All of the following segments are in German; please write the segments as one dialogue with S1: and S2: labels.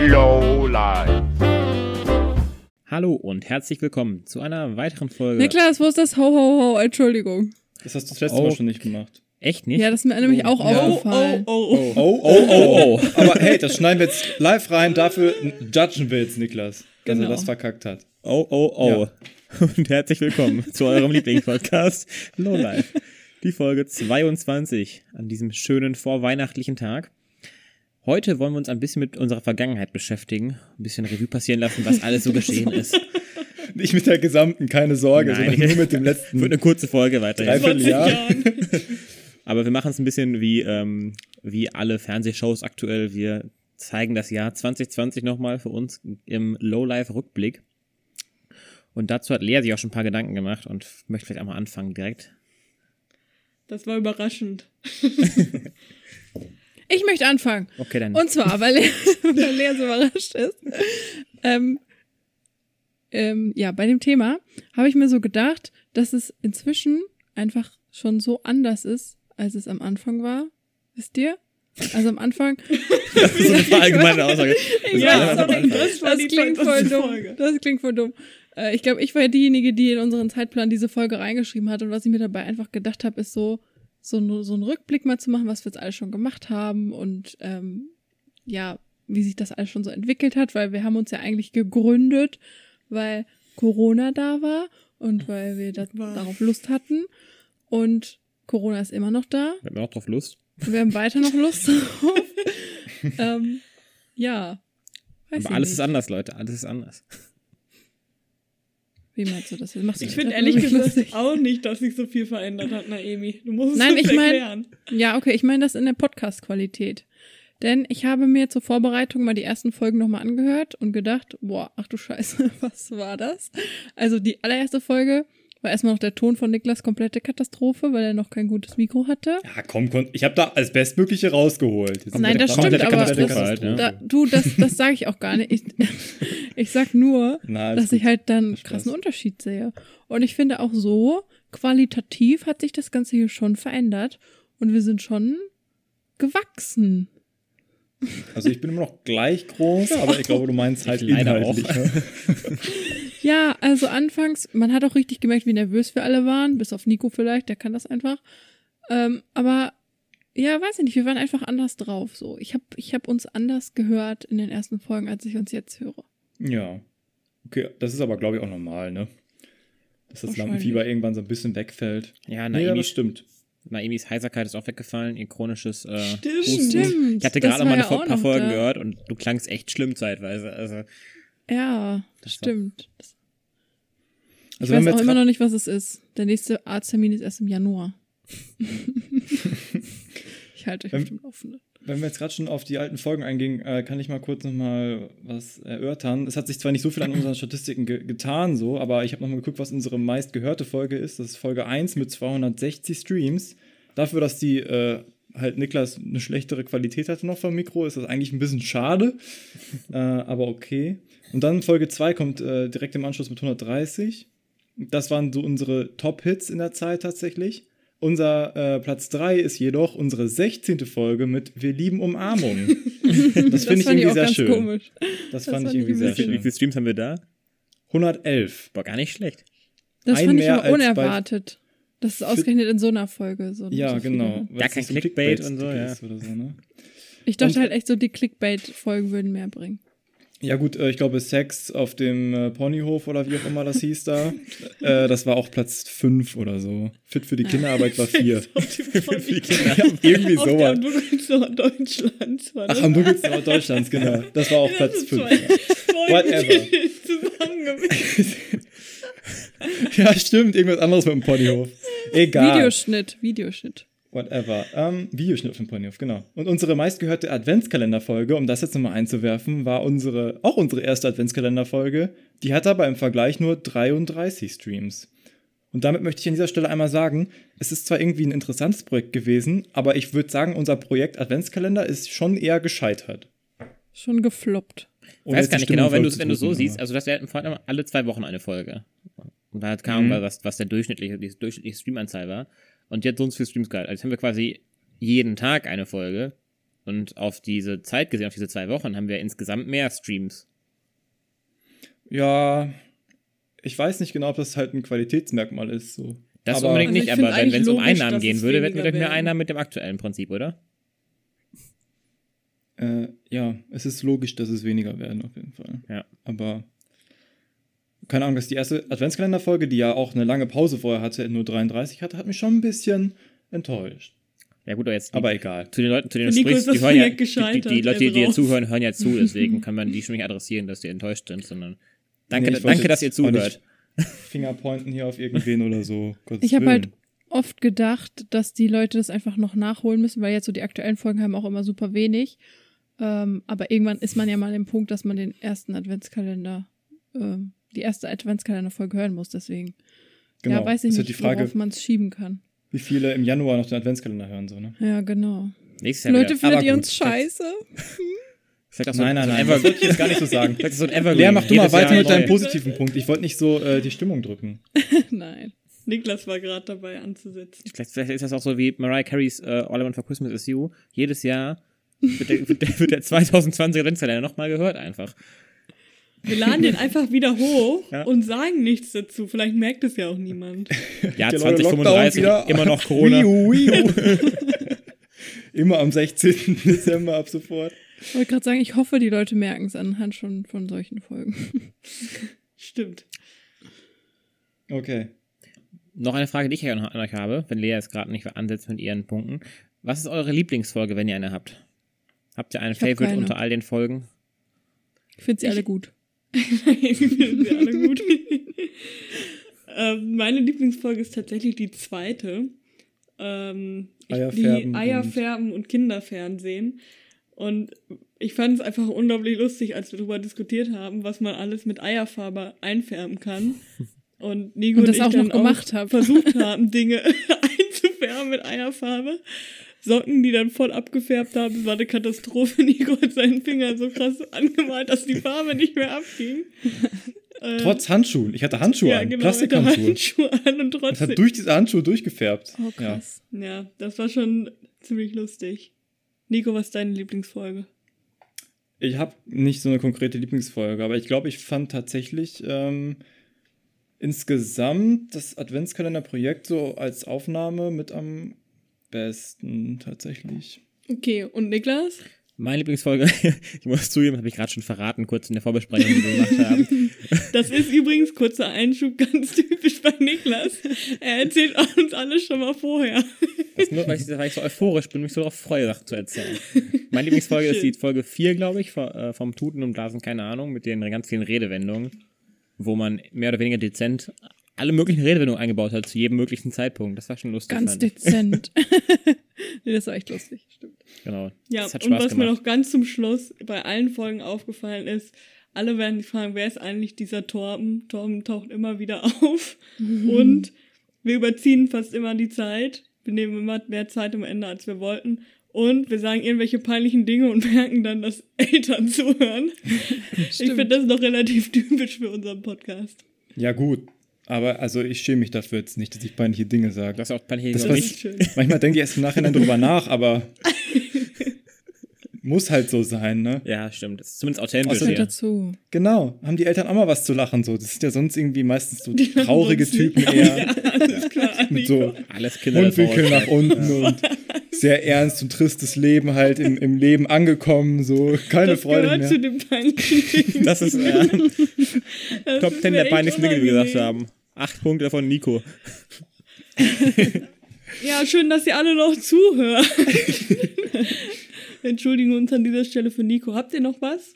S1: Lowlife.
S2: Hallo und herzlich willkommen zu einer weiteren Folge.
S3: Niklas, wo ist das Ho Ho Ho? Entschuldigung.
S4: Das hast du das letzte Mal
S2: Oh.
S4: schon nicht gemacht.
S2: Echt nicht?
S3: Ja, das ist mir nämlich auch aufgefallen.
S4: Oh, oh, oh, oh. Aber hey, das schneiden wir jetzt live rein. Dafür judgen wir jetzt Niklas, dass
S3: Genau.
S4: er das verkackt hat.
S2: Oh, oh, oh. Und herzlich willkommen zu eurem Lieblingspodcast Lowlife. Die Folge 22 an diesem schönen vorweihnachtlichen Tag. Heute wollen wir uns ein bisschen mit unserer Vergangenheit beschäftigen, ein bisschen Revue passieren lassen, was alles so geschehen ist.
S4: Nicht mit der gesamten, keine Sorge,
S2: Nein,
S4: sondern nur mit dem
S2: Wird
S4: letzten
S2: eine kurze Folge weiterhin.
S4: Dreivierteljahr.
S2: Aber wir machen es ein bisschen wie, ähm, wie alle Fernsehshows aktuell. Wir zeigen das Jahr 2020 nochmal für uns im Lowlife-Rückblick. Und dazu hat Lea sich auch schon ein paar Gedanken gemacht und möchte vielleicht einmal anfangen direkt.
S3: Das war überraschend. ich möchte anfangen.
S2: Okay, dann.
S3: Und zwar, weil Lea, weil Lea so überrascht ist. Ähm, ähm, ja, bei dem Thema habe ich mir so gedacht, dass es inzwischen einfach schon so anders ist, als es am Anfang war. Wisst ihr? Also am Anfang
S2: das ist eine allgemeine Aussage. Das ist
S3: Ja,
S2: alles am
S3: sorry,
S2: Anfang.
S3: Das klingt voll dumm. Das klingt voll dumm. Äh, Ich glaube, ich war diejenige, die in unseren Zeitplan diese Folge reingeschrieben hat. Und was ich mir dabei einfach gedacht habe, ist so, so, n- so einen Rückblick mal zu machen, was wir jetzt alles schon gemacht haben und ähm, ja, wie sich das alles schon so entwickelt hat, weil wir haben uns ja eigentlich gegründet, weil Corona da war und weil wir da, darauf Lust hatten. Und Corona ist immer noch da.
S2: Wir haben auch drauf Lust.
S3: Wir haben weiter noch Lust drauf. ähm, ja. Weiß
S2: Aber
S3: ich
S2: alles
S3: nicht.
S2: ist anders, Leute. Alles ist anders.
S3: Wie meinst du das? Machst du
S5: Ich
S3: das
S5: finde
S3: gerade
S5: ehrlich
S3: wirklich
S5: gesagt
S3: lustig?
S5: auch nicht, dass sich so viel verändert hat, Naemi. Du musst es
S3: Nein,
S5: uns
S3: ich mein-
S5: erklären.
S3: Ja, okay, ich meine das in der Podcast-Qualität. Denn ich habe mir zur Vorbereitung mal die ersten Folgen nochmal angehört und gedacht, boah, ach du Scheiße, was war das? Also die allererste Folge war erstmal noch der Ton von Niklas komplette Katastrophe, weil er noch kein gutes Mikro hatte.
S4: Ja, komm, komm, ich habe da als Bestmögliche rausgeholt. Jetzt
S3: Nein,
S4: komplette-
S3: das stimmt,
S4: komplette
S3: aber das,
S4: Katastrophe
S2: halt, ne?
S3: da, du, das, das sage ich auch gar nicht. Ich, ich sag nur,
S4: Na, alles
S3: dass ich
S4: gut.
S3: halt dann einen
S4: Spaß.
S3: krassen Unterschied sehe. Und ich finde auch so, qualitativ hat sich das Ganze hier schon verändert und wir sind schon gewachsen. halt-
S4: Also ich bin immer noch gleich groß, aber ich glaube, du meinst halt
S2: Ich leider
S4: inhaltlich.
S2: auch.
S4: ne?
S3: Ja, also anfangs, man hat auch richtig gemerkt, wie nervös wir alle waren, bis auf Nico vielleicht, der kann das einfach. Ähm, aber ja, weiß ich nicht, wir waren einfach anders drauf. So, ich habe ich hab uns anders gehört in den ersten Folgen, als ich uns jetzt höre.
S4: Ja. Okay, das ist aber, glaube ich, auch normal, ne? Dass das
S3: Wahrscheinlich.
S4: Lampenfieber irgendwann so ein bisschen wegfällt.
S2: Ja,
S4: Nee, ja,
S2: Naimi,
S4: das stimmt.
S2: Naimis Heiserkeit ist auch weggefallen. Ihr chronisches. Äh,
S5: Stimmt.
S2: Husten.
S3: Stimmt,
S2: Ich hatte gerade
S3: das
S2: noch
S3: war
S2: mal eine
S3: ja
S2: Fol-
S3: auch
S2: paar
S3: noch
S2: Folgen
S3: da.
S2: gehört und du klangst echt schlimm zeitweise. Also,
S3: Ja,
S2: Das war-
S3: stimmt. Das- Ich
S4: Also wenn
S3: weiß
S4: wir
S3: auch
S4: jetzt
S3: immer
S4: grad-
S3: noch nicht, was es ist. Der nächste Arzttermin ist erst im Januar. ich halte euch
S4: Ähm,
S3: auf ne? dem Laufenden.
S4: Wenn wir jetzt gerade schon auf die alten Folgen eingingen, äh, kann ich mal kurz nochmal was erörtern. Es hat sich zwar nicht so viel an unseren Statistiken ge getan, so, aber ich habe nochmal geguckt, was unsere meistgehörte Folge ist. Das ist Folge 1 mit 260 Streams. Dafür, dass die äh, halt Niklas eine schlechtere Qualität hatte noch vom Mikro, ist das eigentlich ein bisschen schade. äh, aber okay. Und dann Folge 2 kommt äh, direkt im Anschluss mit 130. Das waren so unsere Top-Hits in der Zeit tatsächlich. Unser äh, Platz 3 ist jedoch unsere 16. Folge mit Wir lieben Umarmung. das finde ich
S3: fand
S4: irgendwie
S3: auch
S4: sehr
S3: ganz
S4: schön.
S3: komisch.
S4: Das,
S3: Das
S4: fand
S3: fand
S4: ich irgendwie
S3: ich
S4: sehr
S2: wie,
S3: ein
S2: viel- wie
S4: schön.
S2: viele Streams haben wir da?
S4: 111.
S2: Boah, gar nicht schlecht.
S3: Das
S4: Ein
S3: fand ich
S4: mehr
S3: aber
S4: als bei-
S3: unerwartet. Das ist ausgerechnet in so einer Folge. So
S4: Ja,
S3: so viele.
S4: genau.
S2: Gar kein Clickbait und so, ja.
S4: Oder so ne?
S3: Ich dachte
S4: Und-
S3: halt echt so, die Clickbait-Folgen würden mehr bringen.
S4: Ja gut, äh, ich glaube Sex auf dem äh, Ponyhof oder wie auch immer das hieß da, äh, das war auch Platz 5 oder so. Fit für die Kinderarbeit war 4.
S5: Auf die Folge.
S4: Irgendwie
S5: Auf der
S4: sowas.
S5: Bundeswehr Deutschlands war das.
S4: Ach, am dunkelsten Ort Deutschlands, genau. Das war auch Platz 5. Whatever.
S5: Zusammengemischt.
S4: Ja, stimmt, irgendwas anderes mit dem Ponyhof. Egal.
S3: Videoschnitt, Videoschnitt.
S4: Whatever. Ähm, Videoschnitt auf dem Ponyhof, genau. Und unsere meistgehörte Adventskalenderfolge, um das jetzt nochmal einzuwerfen, war unsere, auch unsere erste Adventskalenderfolge. Die hat aber im Vergleich nur 33 Streams. Und damit möchte ich an dieser Stelle einmal sagen, es ist zwar irgendwie ein interessantes Projekt gewesen, aber ich würde sagen, unser Projekt Adventskalender ist schon eher gescheitert.
S3: Schon gefloppt.
S2: Ich
S4: Ohne
S2: weiß
S4: jetzt
S2: gar
S4: die
S2: nicht
S4: Stimmung
S2: genau, wenn du
S4: voll zu
S2: wenn du so
S4: drücken,
S2: siehst,
S4: aber-
S2: also das wäre im Fall immer alle zwei Wochen eine Folge. Und da hat kam,
S4: Mhm.
S2: weil was, was der durchschnittliche, die durchschnittliche Streamanzahl war. Und jetzt sonst viele Streams gehabt. Also jetzt haben wir quasi jeden Tag eine Folge. Und auf diese Zeit gesehen, auf diese zwei Wochen, haben wir insgesamt mehr Streams.
S4: Ja, ich weiß nicht genau, ob das halt ein Qualitätsmerkmal ist. So.
S2: Das
S4: Aber-
S2: unbedingt
S3: Also ich
S2: nicht,
S3: find
S2: aber wenn
S3: eigentlich
S2: es um
S3: logisch,
S2: Einnahmen
S3: dass
S2: gehen
S3: es
S2: würde, hätten wir
S3: weniger
S2: doch mehr
S3: wären.
S2: Einnahmen mit dem aktuellen Prinzip, oder?
S4: Äh, ja, es ist logisch, dass es weniger werden, auf jeden Fall.
S2: Ja.
S4: Aber keine Ahnung, dass die erste Adventskalenderfolge, die ja auch eine lange Pause vorher hatte, nur 33 hatte, hat mich schon ein bisschen enttäuscht.
S2: Ja gut, aber jetzt die,
S4: Aber egal.
S2: zu den Leuten, zu denen du
S5: Für Nico
S2: sprichst,
S5: ist
S2: die
S5: das
S2: hören ja,
S5: Projekt
S2: die, die, die
S5: gescheitert, also
S2: Leute, die
S5: er
S2: dir
S5: braucht's.
S2: zuhören, hören ja zu, deswegen kann man die schon nicht adressieren, dass die enttäuscht sind, sondern danke,
S4: Nee, ich wollte
S2: danke dass ihr
S4: jetzt auch
S2: zuhört.
S4: nicht Fingerpointen hier auf irgendwen oder so. um Gottes
S3: Ich habe halt
S4: Willen.
S3: oft gedacht, dass die Leute das einfach noch nachholen müssen, weil jetzt so die aktuellen Folgen haben auch immer super wenig. Ähm, aber irgendwann ist man ja mal an dem Punkt, dass man den ersten Adventskalender, ähm, die erste Adventskalenderfolge hören muss. Deswegen,
S4: genau.
S3: ja, weiß ich
S4: ist
S3: nicht,
S4: halt die Frage,
S3: worauf man es schieben kann.
S4: wie viele im Januar noch den Adventskalender hören, so, ne?
S3: Ja, genau.
S2: Nächstes Jahr
S3: Leute,
S2: wieder.
S3: findet
S4: Aber
S3: ihr
S4: gut,
S3: uns scheiße?
S2: Vielleicht auch
S4: Nein, nein, nein,
S2: also Ever-
S4: das wollte ich jetzt gar nicht so sagen.
S2: vielleicht so ein Evergreen.
S4: Lea, mach du mal
S2: Jedes
S4: weiter
S2: Jahr
S4: mit deinem
S2: neu.
S4: positiven Punkt. Ich wollte nicht so äh, die Stimmung drücken.
S3: Nein.
S5: Niklas war gerade dabei anzusetzen.
S2: Vielleicht, vielleicht ist das auch so wie Mariah Careys äh, All I Want for Christmas is You. Jedes Jahr wird der, wird der, wird der 2020 Adventskalender nochmal gehört einfach.
S5: Wir laden den einfach wieder hoch
S2: Ja.
S5: und sagen nichts dazu. Vielleicht merkt es ja auch niemand.
S2: Ja,
S4: Ja, Leute, Genau, Lockdown
S2: 2035,
S4: wieder.
S2: immer noch Corona.
S4: Wiu, wiu. Immer am 16. Dezember ab sofort.
S3: Ich wollte gerade sagen, ich hoffe, die Leute merken es anhand schon von solchen Folgen.
S5: Stimmt.
S4: Okay.
S2: Noch eine Frage, die ich an an euch habe, wenn Lea jetzt gerade nicht ansetzt mit ihren Punkten. Was ist eure Lieblingsfolge, wenn ihr eine habt? Habt ihr einen
S3: Ich hab
S2: Favorite
S3: keine.
S2: unter all den Folgen?
S3: Ich finde sie
S5: Ich-
S3: alle gut.
S5: Nein, finden wir alle gut. ähm, meine Lieblingsfolge ist tatsächlich die zweite. Ähm, ich,
S4: Eierfärben
S5: die Eier
S4: und-
S5: färben und Kinderfernsehen. Und ich fand es einfach unglaublich lustig, als wir darüber diskutiert haben, was man alles mit Eierfarbe einfärben kann. Und Nico
S3: Und
S5: und,
S3: das
S5: ich
S3: auch
S5: dann
S3: noch gemacht hab.
S5: versucht haben, Dinge einzufärben mit Eierfarbe. Socken, die dann voll abgefärbt haben, das war eine Katastrophe. Nico hat seinen Finger so krass angemalt, dass die Farbe nicht mehr abging. Ähm,
S4: Trotz Handschuhen. Ich hatte Handschuhe
S5: ja,
S4: an.
S5: genau,
S4: Plastikhandschuhe.
S5: Handschuhe an und
S4: Das hat
S5: trotzdem.
S4: durch diese Handschuhe durchgefärbt.
S3: Oh,
S4: ja.
S3: krass.
S5: Ja, das war schon ziemlich lustig. Nico, was ist deine Lieblingsfolge?
S4: Ich habe nicht so eine konkrete Lieblingsfolge, aber ich glaube, ich fand tatsächlich ähm, insgesamt das Adventskalenderprojekt so als Aufnahme mit am besten tatsächlich.
S5: Okay, und Niklas?
S2: Meine Lieblingsfolge, ich muss zugeben, habe ich gerade schon verraten, kurz in der Vorbesprechung, die wir gemacht haben.
S5: Das ist übrigens, kurzer Einschub, ganz typisch bei Niklas. Er erzählt uns alles schon mal vorher.
S2: Das nur, weil ich, weil ich so euphorisch bin, mich so darauf freue, Sachen zu erzählen. Meine Lieblingsfolge ist die Folge 4, glaube ich, vo- äh, vom Tuten und Blasen, keine Ahnung, mit den ganz vielen Redewendungen, wo man mehr oder weniger dezent alle möglichen Redewendungen eingebaut hat, zu jedem möglichen Zeitpunkt. Das war schon lustig.
S3: Ganz
S2: fand ich.
S3: dezent. nee, das war echt lustig. Stimmt.
S2: Genau.
S5: Ja,
S2: das hat
S5: und
S2: Spaß
S5: was
S2: gemacht.
S5: mir noch ganz zum Schluss bei allen Folgen aufgefallen ist, alle werden sich fragen, wer ist eigentlich dieser Torben? Torben taucht immer wieder auf. Und wir überziehen fast immer die Zeit. Wir nehmen immer mehr Zeit am Ende, als wir wollten. Und wir sagen irgendwelche peinlichen Dinge und merken dann, dass Eltern zuhören. Ich finde das noch relativ typisch für unseren Podcast.
S4: Ja, gut. Aber also ich schäme mich dafür jetzt nicht, dass ich peinliche Dinge sage.
S2: das ist auch peinlich.
S4: Das
S2: Das
S5: Das
S4: was-
S5: ist schön.
S4: Manchmal denke ich erst im Nachhinein drüber nach, aber muss halt so sein, ne?
S2: ja, stimmt. Das ist zumindest authentisch.
S3: Gehört
S2: Ja.
S3: dazu.
S4: Genau, haben die Eltern auch mal was zu lachen, so. Das sind ja sonst irgendwie meistens so
S5: lachen
S4: traurige
S5: sonst nicht.
S4: Typen eher
S5: Alles klar,
S4: mit
S5: Nico.
S4: so
S2: Alles Kinder. der
S4: Mundwinkel
S2: Vorauswahl.
S4: nach unten und sehr ernst und tristes Leben halt im, im Leben angekommen, so. Keine
S5: das
S4: Freude
S5: gehört zu
S4: mehr.
S5: den peinlichen Dingen.
S2: Das ist äh,
S5: Das
S2: Top
S5: ist
S2: 10
S5: mir
S2: der
S5: echt
S2: peinlichsten Dinge, die wir gesagt haben.
S5: unangenehm.
S2: Acht Punkte davon Nico.
S5: Ja, schön, dass ihr alle noch zuhört. Wir Entschuldigen uns an dieser Stelle für Nico. Habt ihr noch was?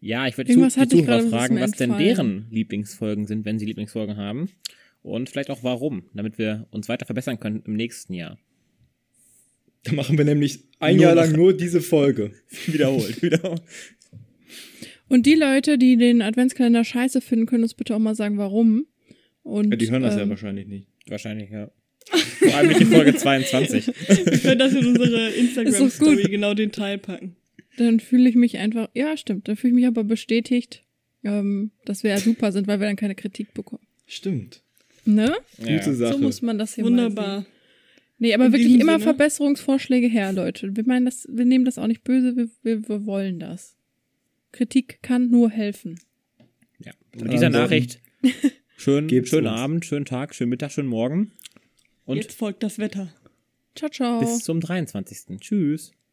S2: Ja, ich würde die,
S3: Irgendwas
S2: Zu- die
S3: hatte ich gerade,
S2: Zuhörer
S3: das ist
S2: fragen,
S3: mir
S2: was denn
S3: entfallen.
S2: deren Lieblingsfolgen sind, wenn sie Lieblingsfolgen haben. Und vielleicht auch warum, damit wir uns weiter verbessern können im nächsten Jahr.
S4: Da machen wir nämlich ein
S2: Nur
S4: Jahr
S2: noch-
S4: lang nur diese Folge.
S2: Wiederholt, wiederholt.
S3: Und die Leute, die den Adventskalender scheiße finden, können uns bitte auch mal sagen, warum. Und, ähm,
S4: wahrscheinlich nicht.
S2: Wahrscheinlich, ja. Vor allem nicht die Folge 22.
S5: Wir können das in unsere
S3: Ist doch gut.
S5: Instagram-Story genau den Teil packen.
S3: Dann fühle ich mich einfach, ja, stimmt, dann fühle ich mich aber bestätigt, ähm, dass wir ja super sind, weil wir dann keine Kritik bekommen.
S4: Stimmt.
S3: Ne?
S2: Ja.
S4: Gute Sache.
S3: So muss man das hier mal
S5: Wunderbar.
S3: sehen. Nee, aber
S5: In
S3: wirklich
S5: diesem
S3: immer
S5: Sinne.
S3: Verbesserungsvorschläge her, Leute. Wir meinen das, wir nehmen das auch nicht böse, wir, wir, wir wollen das. Kritik kann nur helfen.
S2: Ja. Mit dieser
S4: Ansonsten
S2: Nachricht. Schön,
S4: gebt's
S2: schönen
S4: uns.
S2: Abend, schönen Tag, schönen Mittag, schönen Morgen. Und
S5: Jetzt folgt das Wetter.
S3: Ciao, ciao.
S2: bis zum 23. Tschüss.